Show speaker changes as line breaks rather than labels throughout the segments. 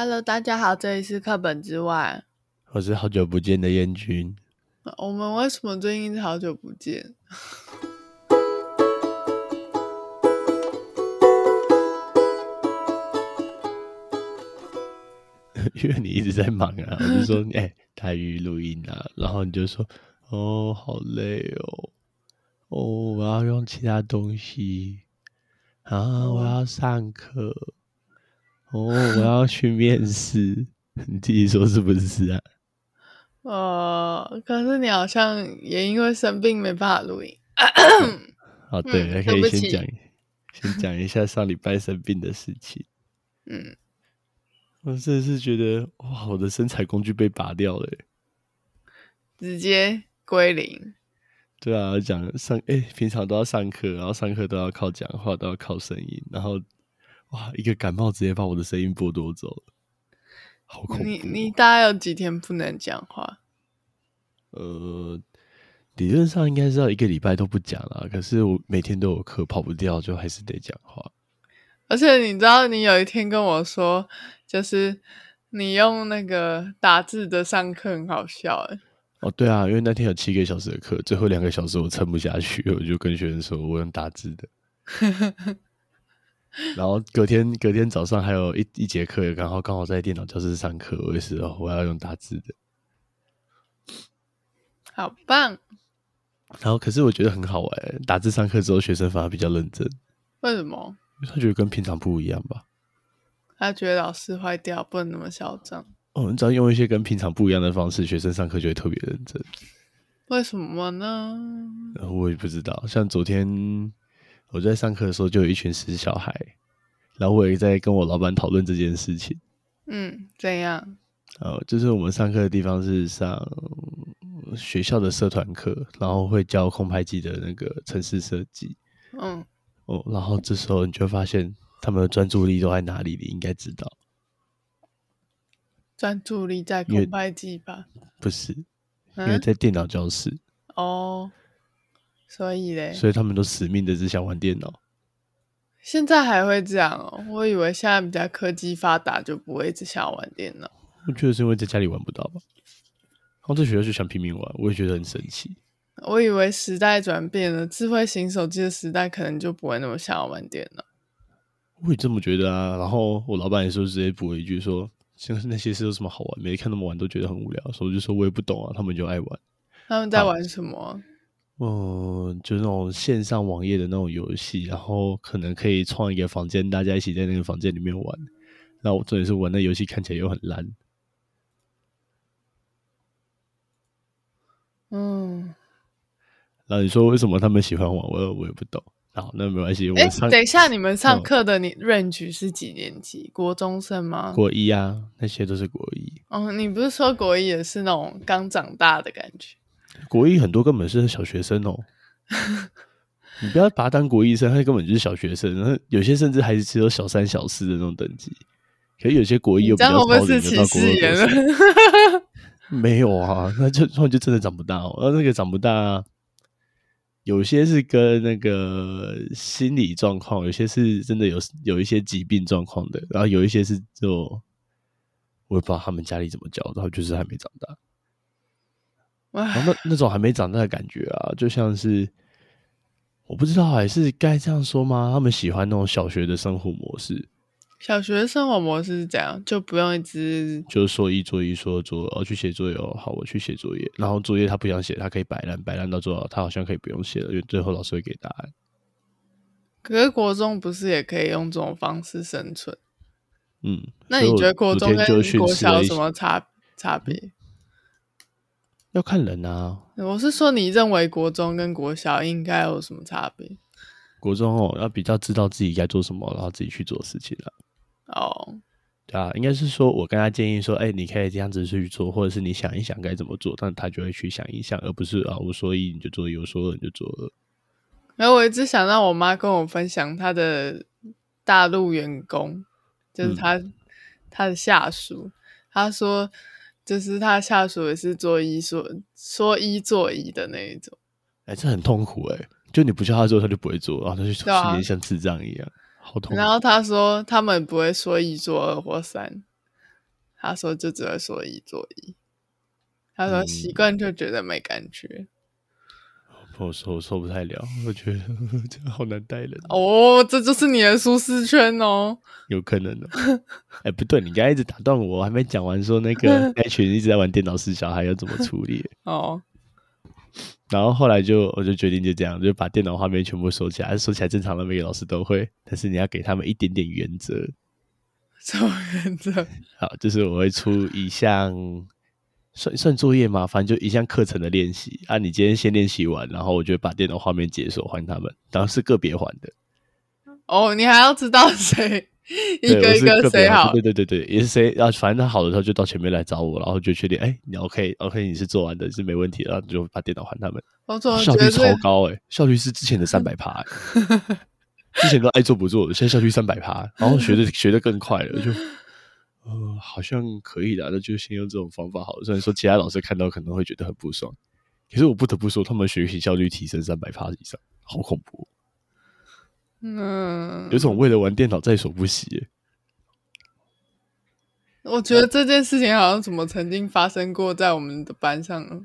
Hello，大家好，这里是课本之外。
我是好久不见的燕君，
我们为什么最近一直好久不见？
因为你一直在忙啊。 我就说，哎、台语录音啊，然后你就说，哦，好累哦，哦，我要用其他东西
哦
啊，我要上课，哦，我要去面试。 你自己说是不是啊？
呃，可是你好像也因为生病没办法录音。
哦，
嗯
对，
对
可以
不起
先讲，先讲一下上礼拜生病的事情。
嗯，
我真的是觉得，哇，我的身材工具被拔掉了欸耶。
直接归零。
对啊，我讲上哎、平常都要上课，然后上课都要靠讲话，都要靠声音，然后哇，一个感冒直接把我的声音剥夺走了，好恐怖哦、
你你大概有几天不能讲话？
呃，理论上应该是要一个礼拜都不讲啦，可是我每天都有课，跑不掉，就还是得讲话。
而且你知道，你有一天跟我说，就是你用那个打字的上课很好笑、欸，
哦，对啊，因为那天有七个小时的课，最后两个小时我撑不下去，我就跟学生说我用打字的。然后隔天隔天早上还有一一节课，然后刚好在电脑教室上课，我就说哦我要用打字的。
好棒！
然后可是我觉得很好玩，欸打字上课之后学生反而比较认真，
为什么？
因为他觉得跟平常不一样吧。
他觉得老师坏掉，不能那么嚣张。
哦，你只要用一些跟平常不一样的方式，学生上课就会特别认真。
为什么呢？
呃我也不知道，像昨天我在上课的时候，就有一群死小孩，然后我也在跟我老板讨论这件事情。
嗯，怎样？
呃，就是我们上课的地方是上呃学校的社团课，然后会教空拍机的那个城市设计。
嗯，
哦，然后这时候你就会发现他们的专注力都在哪里，你应该知道。
专注力在
因为
空白记吧。
不是，因为
嗯，
在电脑教室，
哦，所以嘞，
所以他们都死命的只想玩电脑。
现在还会这样哦？我以为现在比较科技发达就不会一直想玩电脑。
我觉得是因为在家里玩不到吧。然后在学校就想拼命玩，我也觉得很神奇。
我以为时代转变了，智慧型手机的时代可能就不会那么想要玩电脑。
我也这么觉得啊。然后我老板也说直接补了一句说，像是那些事有什么好玩？每天看他们玩都觉得很无聊，所以我就说我也不懂啊，他们就爱玩。
他们在玩什么？啊
嗯，就是那种线上网页的那种游戏，然后可能可以创一个房间，大家一起在那个房间里面玩。那我重点是玩的游戏看起来又很烂，
嗯，
然后你说为什么他们喜欢玩，我我也不懂。好，那没关系，我
哎、
上
等一下，你们上
嗯
课的你 range 是几年级？国中生吗？
国一啊，那些都是国一。
哦，你不是说国一也是那种刚长大的感觉？
国一很多根本是小学生 哦，你不要把他当国一生，他根本就是小学生。然后有些甚至还是只有小三、小四的那种等级。可是有些国一
你
又比
这样
较
会
超
不会
龄
是
的到
歧
国
视言
二国三，
论？
没有啊，那就那就真的长不大哦。然后那个长不大、有些是跟那个心理状况，有些是真的有有一些疾病状况的，然后有一些是就我也不知道他们家里怎么教的，然后就是还没长大。然
唉
后那那种还没长大的感觉啊，就像是我不知道还是该这样说吗？他们喜欢那种小学的生活模式，
小学生活模式是怎样？就不用一直
就是说一做一说做，哦去写作业哦，好我去写作业，然后作业他不想写，他可以摆烂，摆烂到最后他好像可以不用写了，因为最后老师会给答案。
可是国中不是也可以用这种方式生存？
嗯，
那
所以
你
我
觉得国中
昨天就
跟
训
国
斥了
小有
一
什
些
么差差别？
要看人啊，
我是说，你认为国中跟国小应该有什么差别？
国中哦要比较知道自己该做什么，然后自己去做事情了。
哦，
对啊，应该是说我跟他建议说，哎、你可以这样子去做，或者是你想一想该怎么做，但他就会去想一想，而不是啊，我说一你就做一，我说二你就做二。
然后我一直想到我妈跟我分享她的大陆员工，就是
嗯
她、她的下属，她说就是她下属也是做一说说一做一的那一种。
哎、这很痛苦哎、就你不叫他做，他就不会做，然后他就
对啊
训练像智障一样，好痛苦
然。后她说他们不会说一做二或三，他说就只会说一做一，他
嗯
说习惯就觉得没感觉。
我受我受不太了，我觉得 这样好难带人，
哦，这就是你的舒适圈哦。
有可能哦。哎、不对，你刚才一直打断我，我还没讲完，说那个那群一直在玩电脑四小孩要怎么处理。
哦，
然后后来就我就决定就这样，就把电脑画面全部收起来，收起来正常的每个老师都会，但是你要给他们一点点原则。
什么原则？
好，就是我会出一项算算作业嘛，反正就一项课程的练习啊。你今天先练习完，然后我就把电脑画面解锁还他们，然后是个别还的，
哦，你还要知道谁 一
对我
个一
是个别
谁
还
好
对对对对，也是谁啊？反正他好的时候就到前面来找我，然后就确定哎，你 OK OK，你是做完的，是没问题的，然后就把电脑还他们，
我怎么
效
觉得
率
这
超高哎、效率是之前的三百趴。欸之前都爱做不做，现在效率三百趴，然后学的学的更快了，就呃好像可以的，那就先用这种方法好了。虽然说其他老师看到可能会觉得很不爽，可是我不得不说，他们学习效率提升三百趴以上，好恐怖哦、
嗯
有，种为了玩电脑在所不惜欸耶、
我觉得这件事情好像怎么曾经发生过在我们的班上了。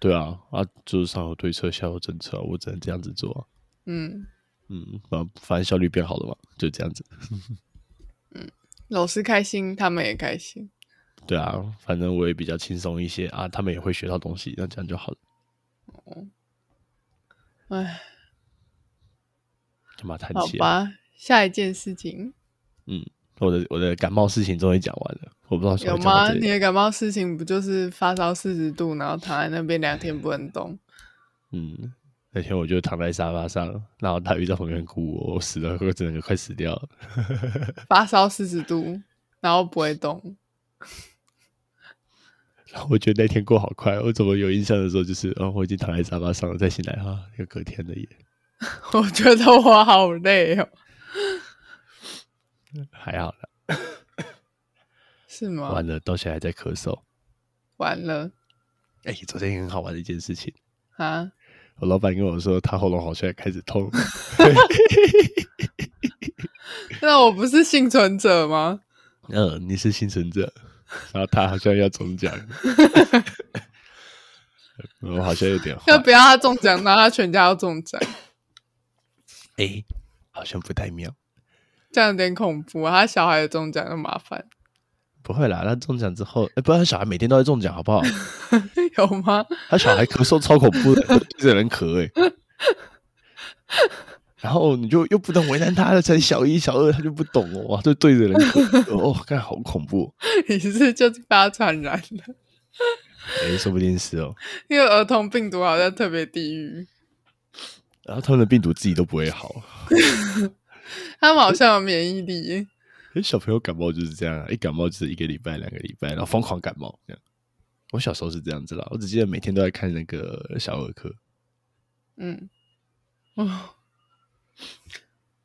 对啊，啊，就是上有对策，下有政策啊，我只能这样子做啊、
嗯，
嗯，反反正效率变好了嘛，就这样子。
老师开心，他们也开心。
对啊，反正我也比较轻松一些啊，他们也会学到东西，那这样就好了。
哎，
干嘛叹
好
气、啊？
吧，下一件事情
我的我的感冒事情终于讲完了，我不知道什
有
么讲到
吗？
这
你
里。
的感冒事情不就是发烧四十度，然后躺在那边两天不能动？
嗯，那天我就躺在沙发上，然后大鱼在旁边哭我，我死了，我整个快死掉了。
发烧四十度，然后不会动。
然后我觉得那天过好快，我怎么有印象的时候就是，哦，我已经躺在沙发上了，再醒来啊，又隔天了耶，
我觉得我好累哦，
还好啦。
是吗？
完了，到现在还在咳嗽。
完了
哎、昨天也很好玩的一件事情，
啊！
我老板跟我说他喉咙好像开始 痛，
那我不是幸存者吗？
嗯，你是幸存者，然后他好像要中 奖，我好像有点坏
要不要他中奖，那他全家要中奖，
哎、好像不太妙。
这样有点恐怖啊！他小孩也中奖就麻烦，
不会啦，他中奖之后，哎、不然他小孩每天都在中奖，好不好？
有吗？
他小孩咳嗽超恐怖的，对着人咳、哎。然后你就又不能为难他了，才小一、小二，他就不懂哦，哇，就对着人咳，哦，看好恐怖，
你是就是被他传染了，
哎、说不定是哦。
因为儿童病毒好像特别地狱，
然后他们的病毒自己都不会好，
他们好像有免疫力耶。
可是小朋友感冒就是这样啊，一感冒就是一个礼拜、两个礼拜，然后疯狂感冒这样。我小时候是这样子啦，我只记得每天都在看那个小儿科。
嗯，哦，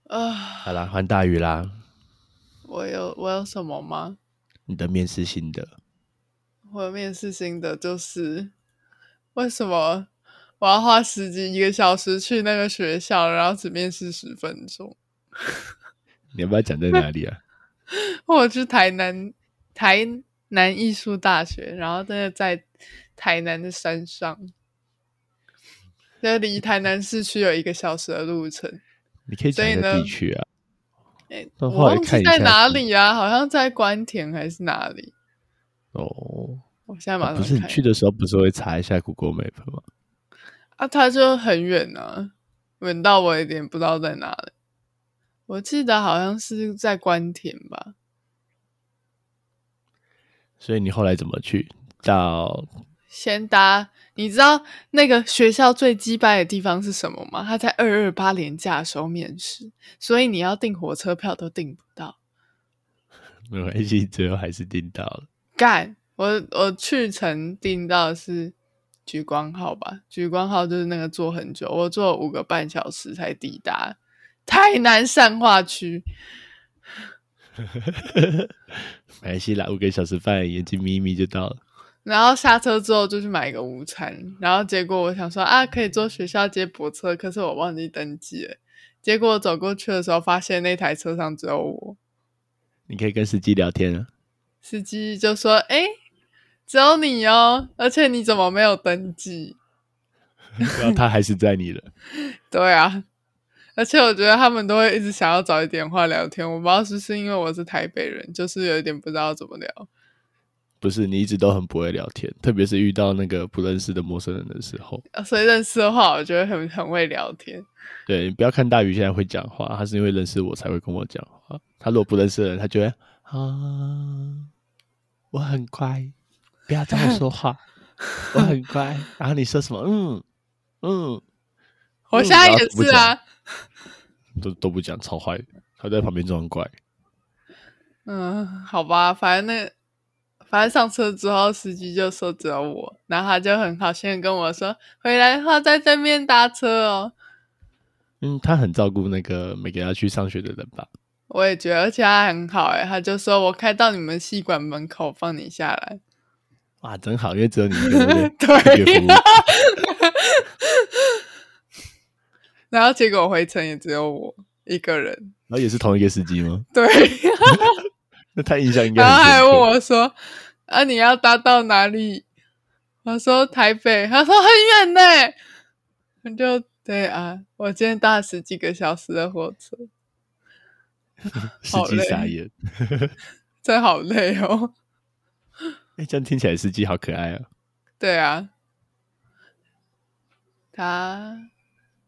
啊，
好啦，换大鱼啦，
我有我有什么吗？
你的面试新的。
我有面试新的就是为什么我要花十几一个小时去那个学校，然后只面试十分钟？
你要不要讲在哪里啊？
我去台南台南艺术大学，然后真的在台南的山上，就离台南市区有一个小时的路程。
你可以讲一
所以
个
呢
地区啊。
哎，
那
我
后来
忘
看
记
一
在
下
哪
是
里啊？好像在关田还是哪里？
哦，
我现在马
啊
上
不是你
看
去的时候不是会查一下 Google Map 吗？
啊，它就很远啊，远到我有点不知道在哪里。我记得好像是在关田吧，
所以你后来怎么去？到
先搭。你知道那个学校最鸡掰的地方是什么吗？它在二二八连假的时候面试，所以你要订火车票都订不到。
没关系，最后还是订到了。
干，我我去程订到的是莒光号吧，莒光号就是那个坐很久，我坐了五个半小时才抵达台南善化区。
没关系啦，五个小时半，眼睛眯一眯就到了。
然后下车之后就去买个午餐，然后结果我想说啊，可以坐学校接驳车，可是我忘记登记了。结果我走过去的时候，发现那台车上只有我。
你可以跟司机聊天啊。
司机就说：“哎、只有你哦，而且你怎么没有登记
然后他还是在你的，？”
对啊，而且我觉得他们都会一直想要找一点话聊天。我不知道是不是因为我是台北人，就是有一点不知道怎么聊。
不是你一直都很不会聊天，特别是遇到那个不认识的陌生人的时候。
呃所以认识的话，我觉得很很会聊天。
对，不要看大鱼现在会讲话，他是因为认识我才会跟我讲话。他如果不认识的人，他就会啊，我很乖，不要这么说话，我很乖。然后你说什么？嗯嗯，
我
嗯
现在
然后
也
都不
是啊，
都都不讲，超坏的。他在旁边装乖，
嗯，好吧，反正那反正上车之后，司机就说只有我，然后他就很好心的跟我说，回来的话在对面搭车哦。
嗯，他很照顾那个每个要去上学的人吧。
我也觉得，而且他很好哎、他就说我开到你们系馆门口放你下来。
哇，真好，因为只有你一个人
对
特别服务。
然后结果回程也只有我一个人，
然后也是同一个司机吗？
对，
那他印象应该
然后
很
还
深
问
刻。
我说：“啊，你要搭到哪里？”我说：“台北。”他说：“很远呢。”我就对啊，我今天搭了十几个小时的火车，
司
好
机
累
傻眼。
真好累哦。
哎、这样听起来司机好可爱啊！
对啊，他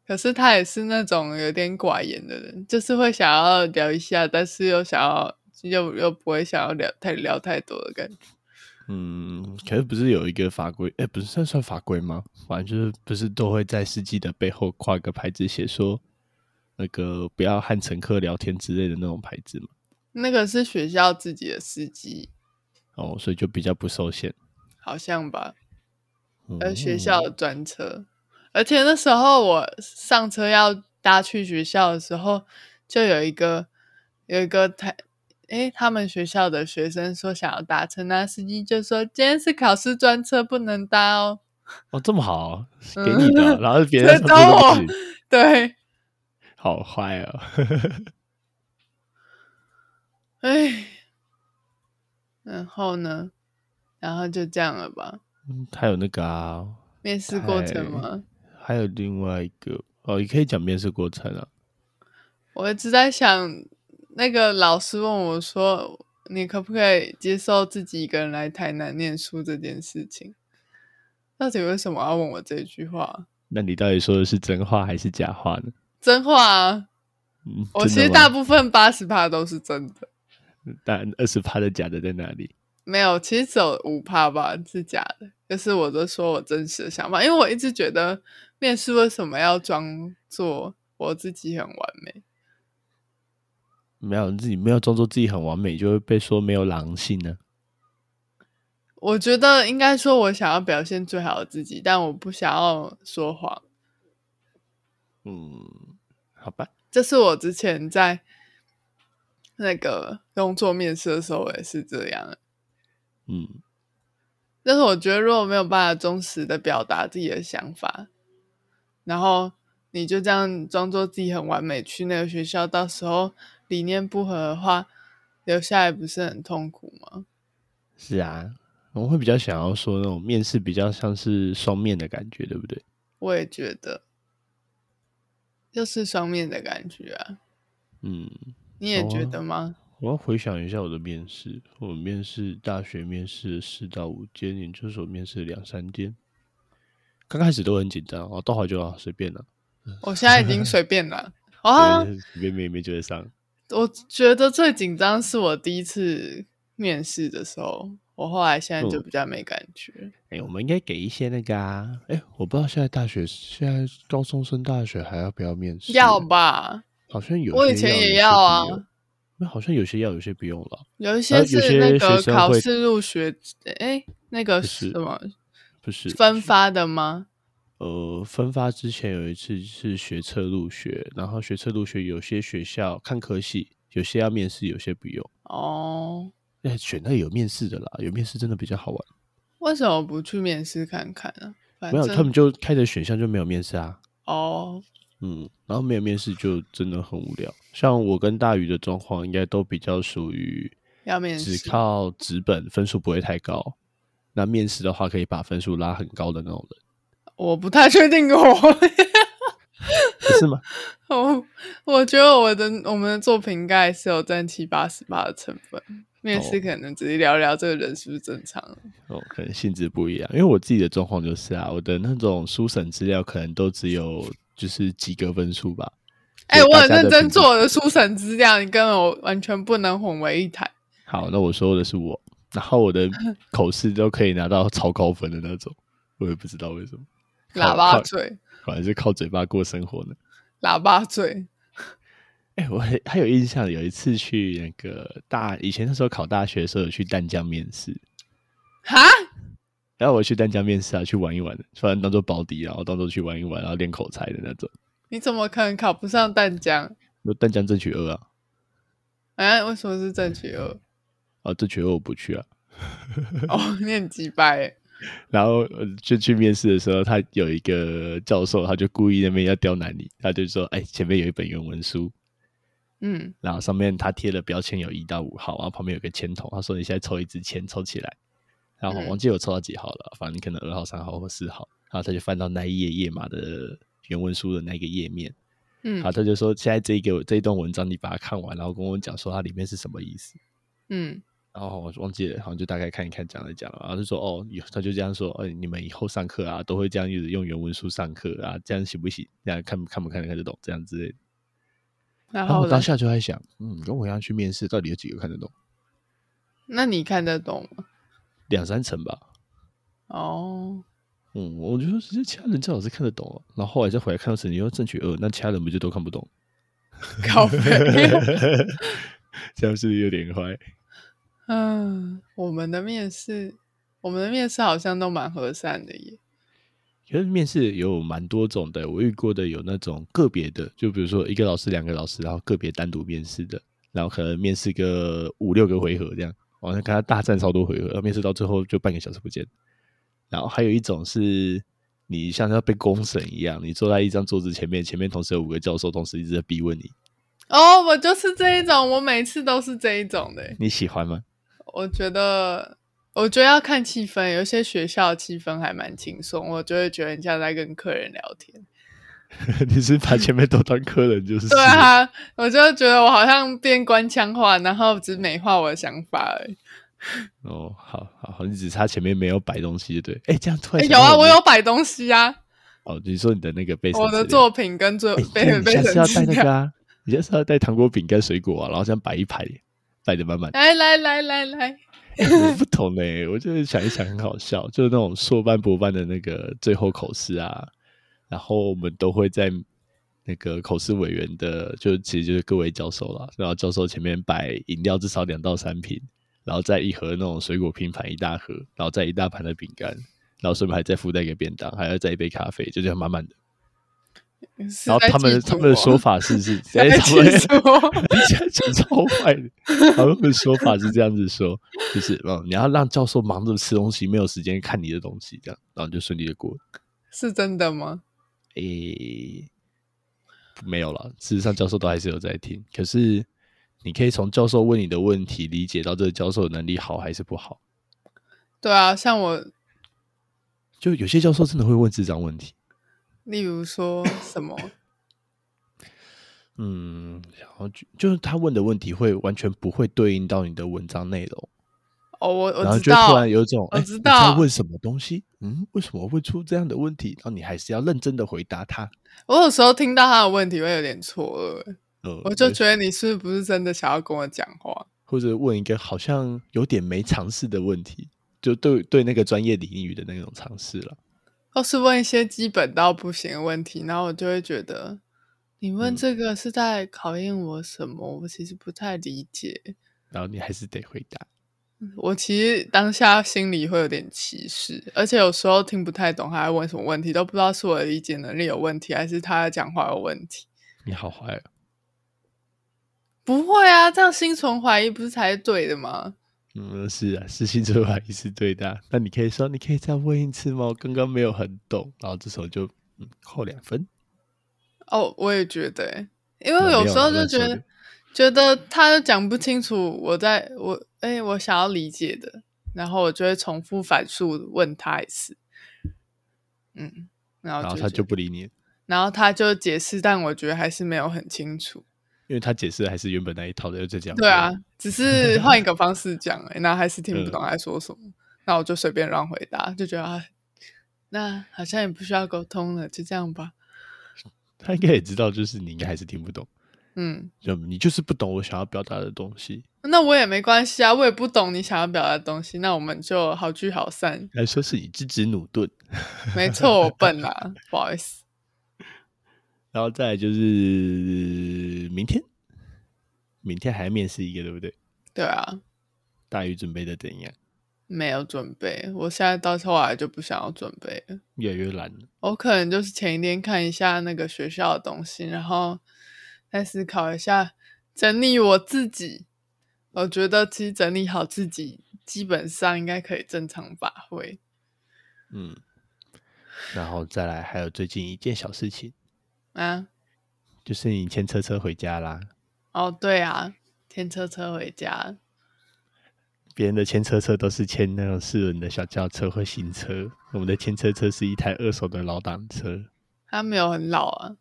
可是他也是那种有点寡言的人，就是会想要聊一下，但是又想要又又不会想要聊太聊太多的感觉。
嗯，可是不是有一个法规？哎、不是算算法规吗？反正就是不是都会在司机的背后挂个牌子，写说那个不要和乘客聊天之类的那种牌子嘛。
那个是学校自己的司机，
哦，所以就比较不受限。
好像吧？
嗯、
呃，学校的专车，而且那时候我上车要搭去学校的时候，就有一个有一个台，诶，他们学校的学生说想要搭车，那司机就说今天是考试专车，不能搭哦。
哦，这么好啊、
嗯
给你的啊、然后别
这
人
都我
上车
对，
好坏啊！
哎，然后呢，然后就这样了吧？
嗯还有那个啊，
面试过程
哎
吗？
还有另外一个哦，也可以讲面试过程啊。
我一直在想，那个老师问我说：“你可不可以接受自己一个人来台南念书这件事情？”到底为什么要问我这句话？
那你到底说的是真话还是假话呢？
真话啊！
嗯，
我
真
其
的
实
吗
大部分八十趴都是真的，
那二十趴的假的在哪里？
没有，其实只有五趴吧是假的，就是我都说我真实的想法，因为我一直觉得面试为什么要装作我自己很完美？
没有自己没有装作自己很完美，就会被说没有狼性呢、
我觉得应该说我想要表现最好的自己，但我不想要说谎。
嗯，好吧，
这是我之前在那个工作面试的时候也是这样，
嗯，
但是我觉得如果没有办法忠实的表达自己的想法，然后你就这样装作自己很完美去那个学校，到时候理念不合的话，留下来不是很痛苦吗？
是啊，我会比较想要说那种面试比较像是双面的感觉，对不对？
我也觉得，就是双面的感觉啊，
嗯，
你也
哦
觉得吗？
我要回想一下我的面试，我面试大学面试四到五间，研究所面试两三间，刚开始都很紧张，哦，到后来就啊随便了，
我现在已经随便了啊，
对随便面一面就会上。
我觉得最紧张是我第一次面试的时候，我后来现在就
嗯
比较没感觉。
哎、我们应该给一些那个啊！哎、我不知道现在大学，现在高中升大学还要不要面试？啊
要吧？
好像有些要，
我以前也
有些
要
不
啊
用，那好像有些要，有些不用了，
有一
呃
些
有
是
些
那个
学生
考
会
试入学，哎、那个
不是
什么
不是？
分发的吗？
呃，分发之前有一次是学测入学，然后学测入学有些学校看科系，有些要面试，有些不用。
哦，
哎，选那个有面试的啦，有面试真的比较好玩。
为什么不去面试看看呢、反
没有，
正
他们就开的选项就没有面试啊。
哦，
嗯，然后没有面试就真的很无聊。像我跟大鱼的状况，应该都比较属于
要面
只
试，
靠纸本分数不会太高，那面试的话可以把分数拉很高的那种人，
我不太确定我。
不是吗？
我我觉得我的我们的作品应该还是有占七八十八的成分，面试
哦
可能只是聊聊这个人是不是正常的。
哦，可能性质不一样，因为我自己的状况就是啊，我的那种书审资料可能都只有就是及格分数吧。
哎、
所以
我
大
很
家
认
的
真
评
做我的书审资料，你根本我完全不能混为一谈。
好，那我说的是我，然后 我的口试都可以拿到超高分的那种，我也不知道为什么。
喇
靠
叭
靠
嘴，
果然是靠嘴巴过生活呢。
喇叭嘴，
哎、我还还有印象，有一次去那个大以前那时候考大学的时候，有去淡江面试，
哈，
然后我去淡江面试啊，去玩一玩，反正当做保底，然啊后当做去玩一玩，然后练口才的那种。
你怎么可能考不上淡江？
那淡江正取二啊，
啊，为什么是正取二？
啊正取二我不去啊。
哦，你很鸡掰欸，
然后呃就去面试的时候，他有一个教授，他就故意那边要刁难你，他就说：“哎、前面有一本原文书，
嗯，
然后上面他贴了标签有一到五号，然后旁边有个签筒，他说你现在抽一支签，抽起来。然后我
嗯
忘记我抽到几号了，反正可能二号、三号或四号。然后他就翻到那一页页码的原文书的那个页面，
嗯
好，他就说现在这一个这一段文章你把它看完，然后跟我讲说它里面是什么意思。
嗯，
然后我忘记了，好像就大概看一看，讲了讲了，然后就说哦，以后他就这样说，哎，你们以后上课啊都会这样一直用原文书上课啊，这样行不行？这样看不看不看得看得懂，这样之类的。
然
然后
后
我
呢
当？下就在想，嗯，跟我一样去面试，到底有几个看得懂？
那你看得懂吗？
两三成吧。
哦，
嗯，我觉得其实其他人最好是看得懂、啊，然后后来再回来看到成绩，要正取二，那其他人不就都看不懂？
考背，
这样是不是有点坏？
嗯，我们的面试，我们的面试好像都蛮和善的耶。
其实面试有蛮多种的，我遇过的有那种个别的，就比如说一个老师、两个老师，然后个别单独面试的，然后可能面试个五六个回合这样，好像跟他大战超多回合，然后面试到最后就半个小时不见。然后还有一种是你像要被公审一样，你坐在一张桌子前面，前面同时有五个教授同时一直在逼问你，
哦，我就是这一种，我每次都是这一种的耶。
你喜欢吗？
我觉得，我觉得要看气氛，有些学校气氛还蛮轻松，我就会觉得你像在跟客人聊天。
你是把前面都当客人就是？
对，啊，我就觉得我好像变官腔化，然后只美化我的想法而已。
哦，好好好，你只差前面没有摆东西就对。哎、这样突然
诶
想
有
到
啊，我
们
有摆东西啊，
哦，你说你的那个背
我的
做
作品跟最
哎，
被
对你
被
下次要带
审
那
资料。。
个啊，你下次要带糖果、饼干、水果啊，然后这样摆一排，摆的满满
来来来来来，
哎我不懂哎、我就是想一想很好笑，就是那种硕班、博班的那个最后口试啊，然后我们都会在那个口试委员的，就其实就是各位教授啦，然后教授前面摆饮料至少两到三瓶，然后再一盒那种水果拼盘一大盒，然后再一大盘的饼干，然后顺便还再附带一个便当，还要再一杯咖啡，就这样满满的。
是
然后
在
他们的
记
他
住
们的
我
说，法是是，
是在
哎，他们
记住我
你现在讲超坏的， 他们的说法是这样子说，就是嗯，你要让教授忙着吃东西，没有时间看你的东西，这样，然后就顺利的过了。
是真的吗？
诶、没有了，事实上教授都还是有在听，可是你可以从教授问你的问题理解到这个教授的能力好还是不好。
对啊，像我，
就有些教授真的会问智障问题，
例如说什么，
嗯，然后就就是他问的问题会完全不会对应到你的文章内容。
哦，我
然后
我知
就会
道，
突然有一种，
我
哎，
知
你
道
在问什么东西？嗯，为什么会出这样的问题？然后你还是要认真的回答他。
我有时候听到他的问题会有点错愕，
呃，
我就
对
觉得你是不是真的想要跟我讲话？
或者问一个好像有点没尝试的问题，就对对那个专业领域的那种尝试了。
或是问一些基本到不行的问题，然后我就会觉得你问
嗯
这个是在考验我什么？我其实不太理解。
然后你还是得回答。
我其实当下心里会有点歧视，而且有时候听不太懂他在问什么问题，都不知道是我的理解能力有问题，还是他讲话有问题。
你好坏哦，
不会啊，这样心存怀疑不是才是对的吗？
嗯，是啊，是新哲怀疑是对的啊。那你可以说，你可以再问一次吗？我刚刚没有很懂。然后这时候就嗯扣两分。
哦，我也觉得欸，因
那
为
啊没
有
有
时候就
啦乱
觉
说
得
的，
觉得他都讲不清楚我在我哎、我想要理解的，然后我就会重复反复问他一次，嗯，然后
然后
就
他
觉
就
得
不理你，
然后他就解释，但我觉得还是没有很清楚。
因为他解释的还是原本那一套的，就这样。
对啊，，只是换一个方式讲、欸，那还是听
嗯
不懂他在说什么。那我就随便乱回答，就觉得啊，那好像也不需要沟通了，就这样吧。
他应该也知道，就是你应该还是听不懂，
嗯，
就你就是不懂我想要表达的东西。。
那我也没关系啊，我也不懂你想要表达的东西，那我们就好聚好散
还说是你支持努顿，
没错，我笨啦，不好意思。
然后再来就是明天，明天还要面试一个，对不对？
对啊，
大鱼准备的怎样？
没有准备，我现在到后来就不想要准备了。
越来越懒了。
我可能就是前一天看一下那个学校的东西，然后再思考一下，整理我自己。我觉得其实整理好自己，基本上应该可以正常发挥。
嗯，然后再来还有最近一件小事情，
啊，
就是你牵车车回家啦。
哦，对啊，天车车回家，
别人的牵车车都是牵那种四轮的小轿车或新车，我们的牵车车是一台二手的老挡车。
他没有很老啊，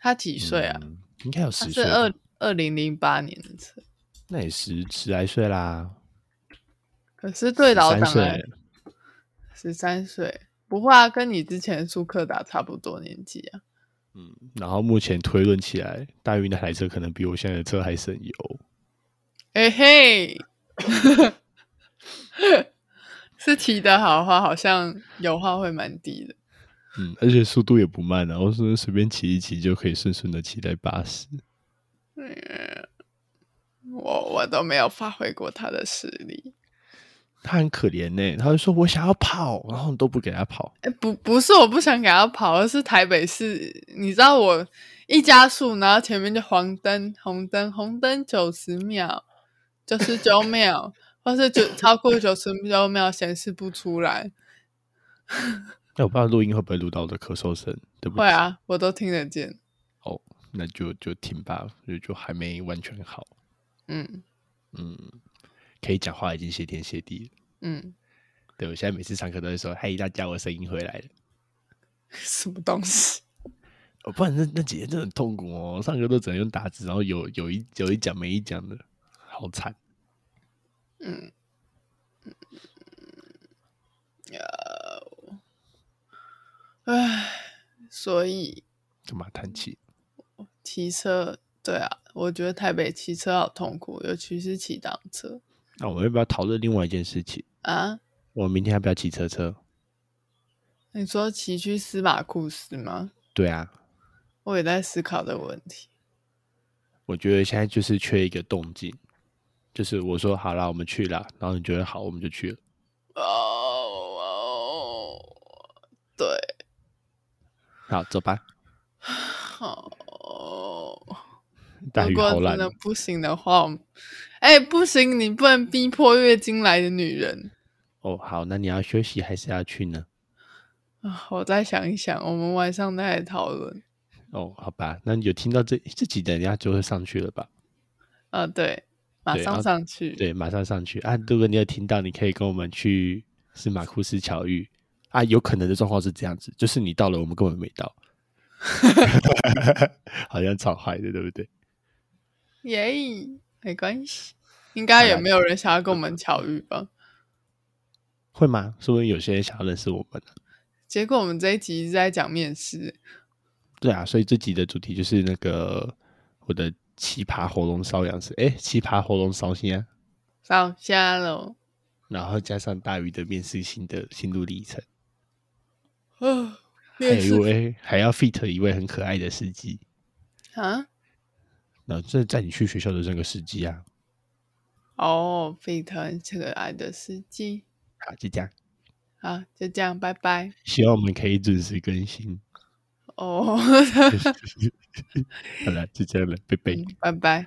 他几岁啊？
嗯应该有
他
十
是
岁
二
吧，
二零零八年的车，
那也十十来岁啦，
可是对老
三
党
岁
来
了，
十三岁，不会啊，跟你之前苏克达差不多年纪啊。
嗯，然后目前推论起来，大鱼那台车可能比我现在的车还省油。
哎、嘿， 是骑得好的话，好像油耗会蛮低的。
嗯，而且速度也不慢啊，我说随便骑一骑就可以顺顺的骑在八十。
我我都没有发挥过他的实力。
他很可怜呢、他就说我想要跑，然后你都不给他跑。
哎、不不是我不想给他跑，而是台北市，你知道我一加速，然后前面就黄灯、红灯、红灯九十秒、九十九秒，或是九超过九十九秒显示不出来。
那我不知道录音会不会录到我的咳嗽声，对不起
会，啊，我都听得见。
那就就听吧，就就还没完全好。
嗯
嗯，可以讲话已经谢天谢地了。
嗯，
对我现在每次上课都会说：“嗨，大家，我声音回来了。
什么东西？”
哦，不然那那几天真的很痛苦哦，上课都只能用打字，然后有有一有一讲没一讲的，好惨。
嗯，呃，唉，所以
干嘛叹气？
骑车，对啊，我觉得台北骑车好痛苦，尤其是骑单车
那我们要不要讨论另外一件事情？
啊。
我们明天要不要骑车车？
你说骑去司马库斯吗？
对啊，
我也在思考这个问题。
我觉得现在就是缺一个动静，就是我说好啦，我们去啦，然后你觉得好，我们就去了。
哦哦，对，
好，走吧。
哦。
大
如
鱼
果
好
真
懒
的
哦，
不行的话，我们哎、不行，你不能逼迫月经来的女人。
哦，好，那你要休息还是要去呢？
啊，我再想一想，我们晚上再来讨论。
哦，好吧，那你有听到这这集的，人家就会上去了吧？
啊，对，马
对
上
啊
上去。
对，马上上去啊！如果你有听到，你可以跟我们去是马库斯巧遇啊。有可能的状况是这样子，就是你到了，我们根本没到，好像超坏的，对不对？
耶没关系，应该也
好啦
没有人想要跟我 们巧遇吧？
会吗？说不定有些人想要认识我们、啊。
结果我们这一集一直在讲面试，
对啊，所以这集的主题就是那个我的奇葩喉咙瘙痒是哎，奇葩喉咙烧心啊，
上下喽。
然后加上大鱼的面试心的心路历程，
啊，
还
面
有一
试
位还要 fit 一位很可爱的司机，
啊？
那这载你去学校的那个司机啊，
哦，沸腾这个爱的司机。
好，啊就这样。
好，就这样，拜拜。
希望我们可以准时更新。
哦，
好了，就这样了，拜拜。
嗯拜拜。